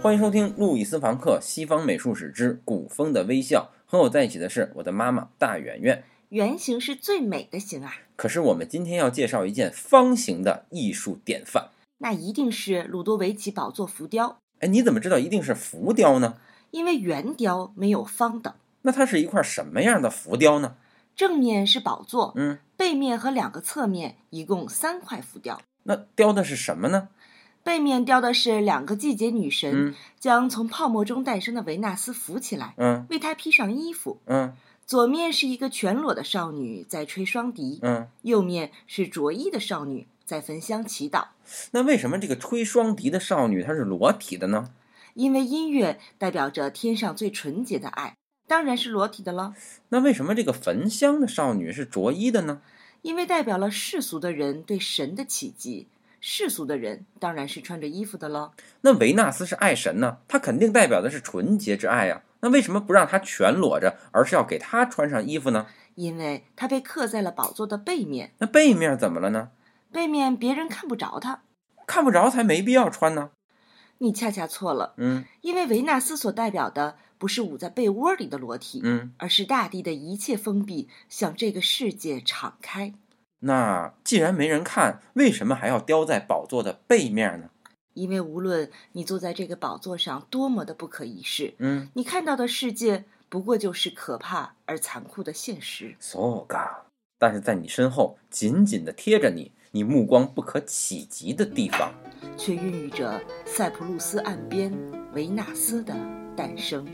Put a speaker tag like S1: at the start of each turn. S1: 欢迎收听路易斯·房克《西方美术史之古风的微笑》。和我在一起的是我的妈妈大圆圆。
S2: 圆形是最美的形啊，
S1: 可是我们今天要介绍一件方形的艺术典范。
S2: 那一定是鲁多维奇宝座浮雕，
S1: 哎，你怎么知道一定是浮雕呢？
S2: 因为圆雕没有方的，
S1: 那它是一块什么样的浮雕呢？
S2: 正面是宝座，
S1: 嗯，
S2: 背面和两个侧面一共三块浮雕。
S1: 那雕的是什么呢？
S2: 背面雕的是两个季节女神
S1: 嗯
S2: 将从泡沫中诞生的维纳斯扶起来，
S1: 嗯
S2: 为她披上衣服。
S1: 嗯
S2: 左面是一个全裸的少女在吹双笛，
S1: 嗯。
S2: 右面是着衣的少女在焚香祈祷。
S1: 那为什么这个吹双笛的少女她是裸体的呢？
S2: 因为音乐代表着天上最纯洁的爱，当然是裸体的了。
S1: 那为什么这个焚香的少女是着衣的呢？
S2: 因为代表了世俗的人对神的企及，世俗的人当然是穿着衣服的了。
S1: 那维纳斯是爱神呢，她肯定代表的是纯洁之爱呀、那为什么不让她全裸着，而是要给她穿上衣服呢？
S2: 因为它被刻在了宝座的背面，
S1: 那背面怎么了呢？
S2: 背面别人看不着它。
S1: 看不着才没必要穿呢。
S2: 你恰恰错了，
S1: 嗯
S2: 因为维纳斯所代表的不是捂在被窝里的裸体，
S1: 嗯，
S2: 而是大地的一切封闭向这个世界敞开。
S1: 那既然没人看，为什么还要雕在宝座的背面呢？
S2: 因为无论你坐在这个宝座上多么的不可一世，
S1: 嗯
S2: 你看到的世界不过就是可怕而残酷的现实。
S1: ，so ga，但是在你身后紧紧的贴着你，你目光不可企及的地方。
S2: 却孕育着塞浦路斯岸边维纳斯的诞生。